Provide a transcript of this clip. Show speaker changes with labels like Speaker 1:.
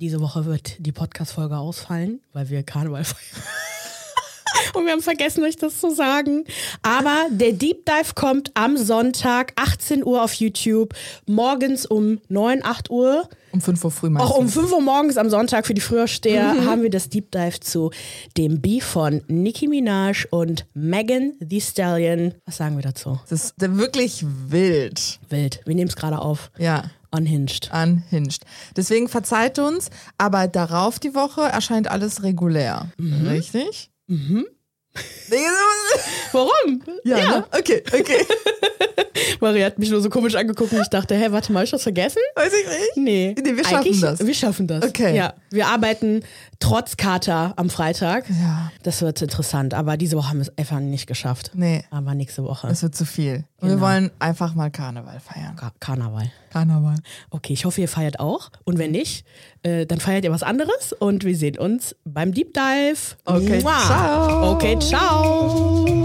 Speaker 1: Diese Woche wird die Podcast-Folge ausfallen, weil wir Karneval feiern. Und wir haben vergessen, euch das zu sagen. Aber der Deep Dive kommt am Sonntag, 18 Uhr auf YouTube, morgens um 9, 8 Uhr.
Speaker 2: Um 5 Uhr früh
Speaker 1: Auch
Speaker 2: meistens.
Speaker 1: um 5 Uhr morgens am Sonntag für die Frühaufsteher haben wir das Deep Dive zu dem Beef von Nicki Minaj und Megan Thee Stallion. Was sagen wir dazu?
Speaker 2: Das ist wirklich wild.
Speaker 1: Wild. Wir nehmen es gerade auf.
Speaker 2: Ja.
Speaker 1: Unhinged.
Speaker 2: Unhinged. Deswegen verzeiht uns, aber darauf die Woche erscheint alles regulär. Richtig?
Speaker 1: Mhm.
Speaker 2: Mhm.
Speaker 1: Warum?
Speaker 2: Ja, Ne? okay, okay.
Speaker 1: Maria hat mich nur so komisch angeguckt und ich dachte, hä, warte mal, hab ich das vergessen?
Speaker 2: Weiß ich nicht.
Speaker 1: Nee.
Speaker 2: Nee, wir schaffen
Speaker 1: Eigentlich-
Speaker 2: das.
Speaker 1: Wir schaffen das.
Speaker 2: Okay.
Speaker 1: Ja, wir arbeiten trotz Kater am Freitag.
Speaker 2: Ja.
Speaker 1: Das wird interessant, aber diese Woche haben wir es einfach nicht geschafft.
Speaker 2: Nee,
Speaker 1: Aber nächste Woche.
Speaker 2: es wird zu viel. Und
Speaker 1: Genau.
Speaker 2: Wir wollen einfach mal Karneval feiern.
Speaker 1: Ka Karneval.
Speaker 2: Karneval.
Speaker 1: Okay, ich hoffe, ihr feiert auch. Und wenn nicht, äh, dann feiert ihr was anderes. Und wir sehen uns beim Deep Dive.
Speaker 2: Okay,
Speaker 1: Mua.
Speaker 2: ciao.
Speaker 1: Okay, ciao.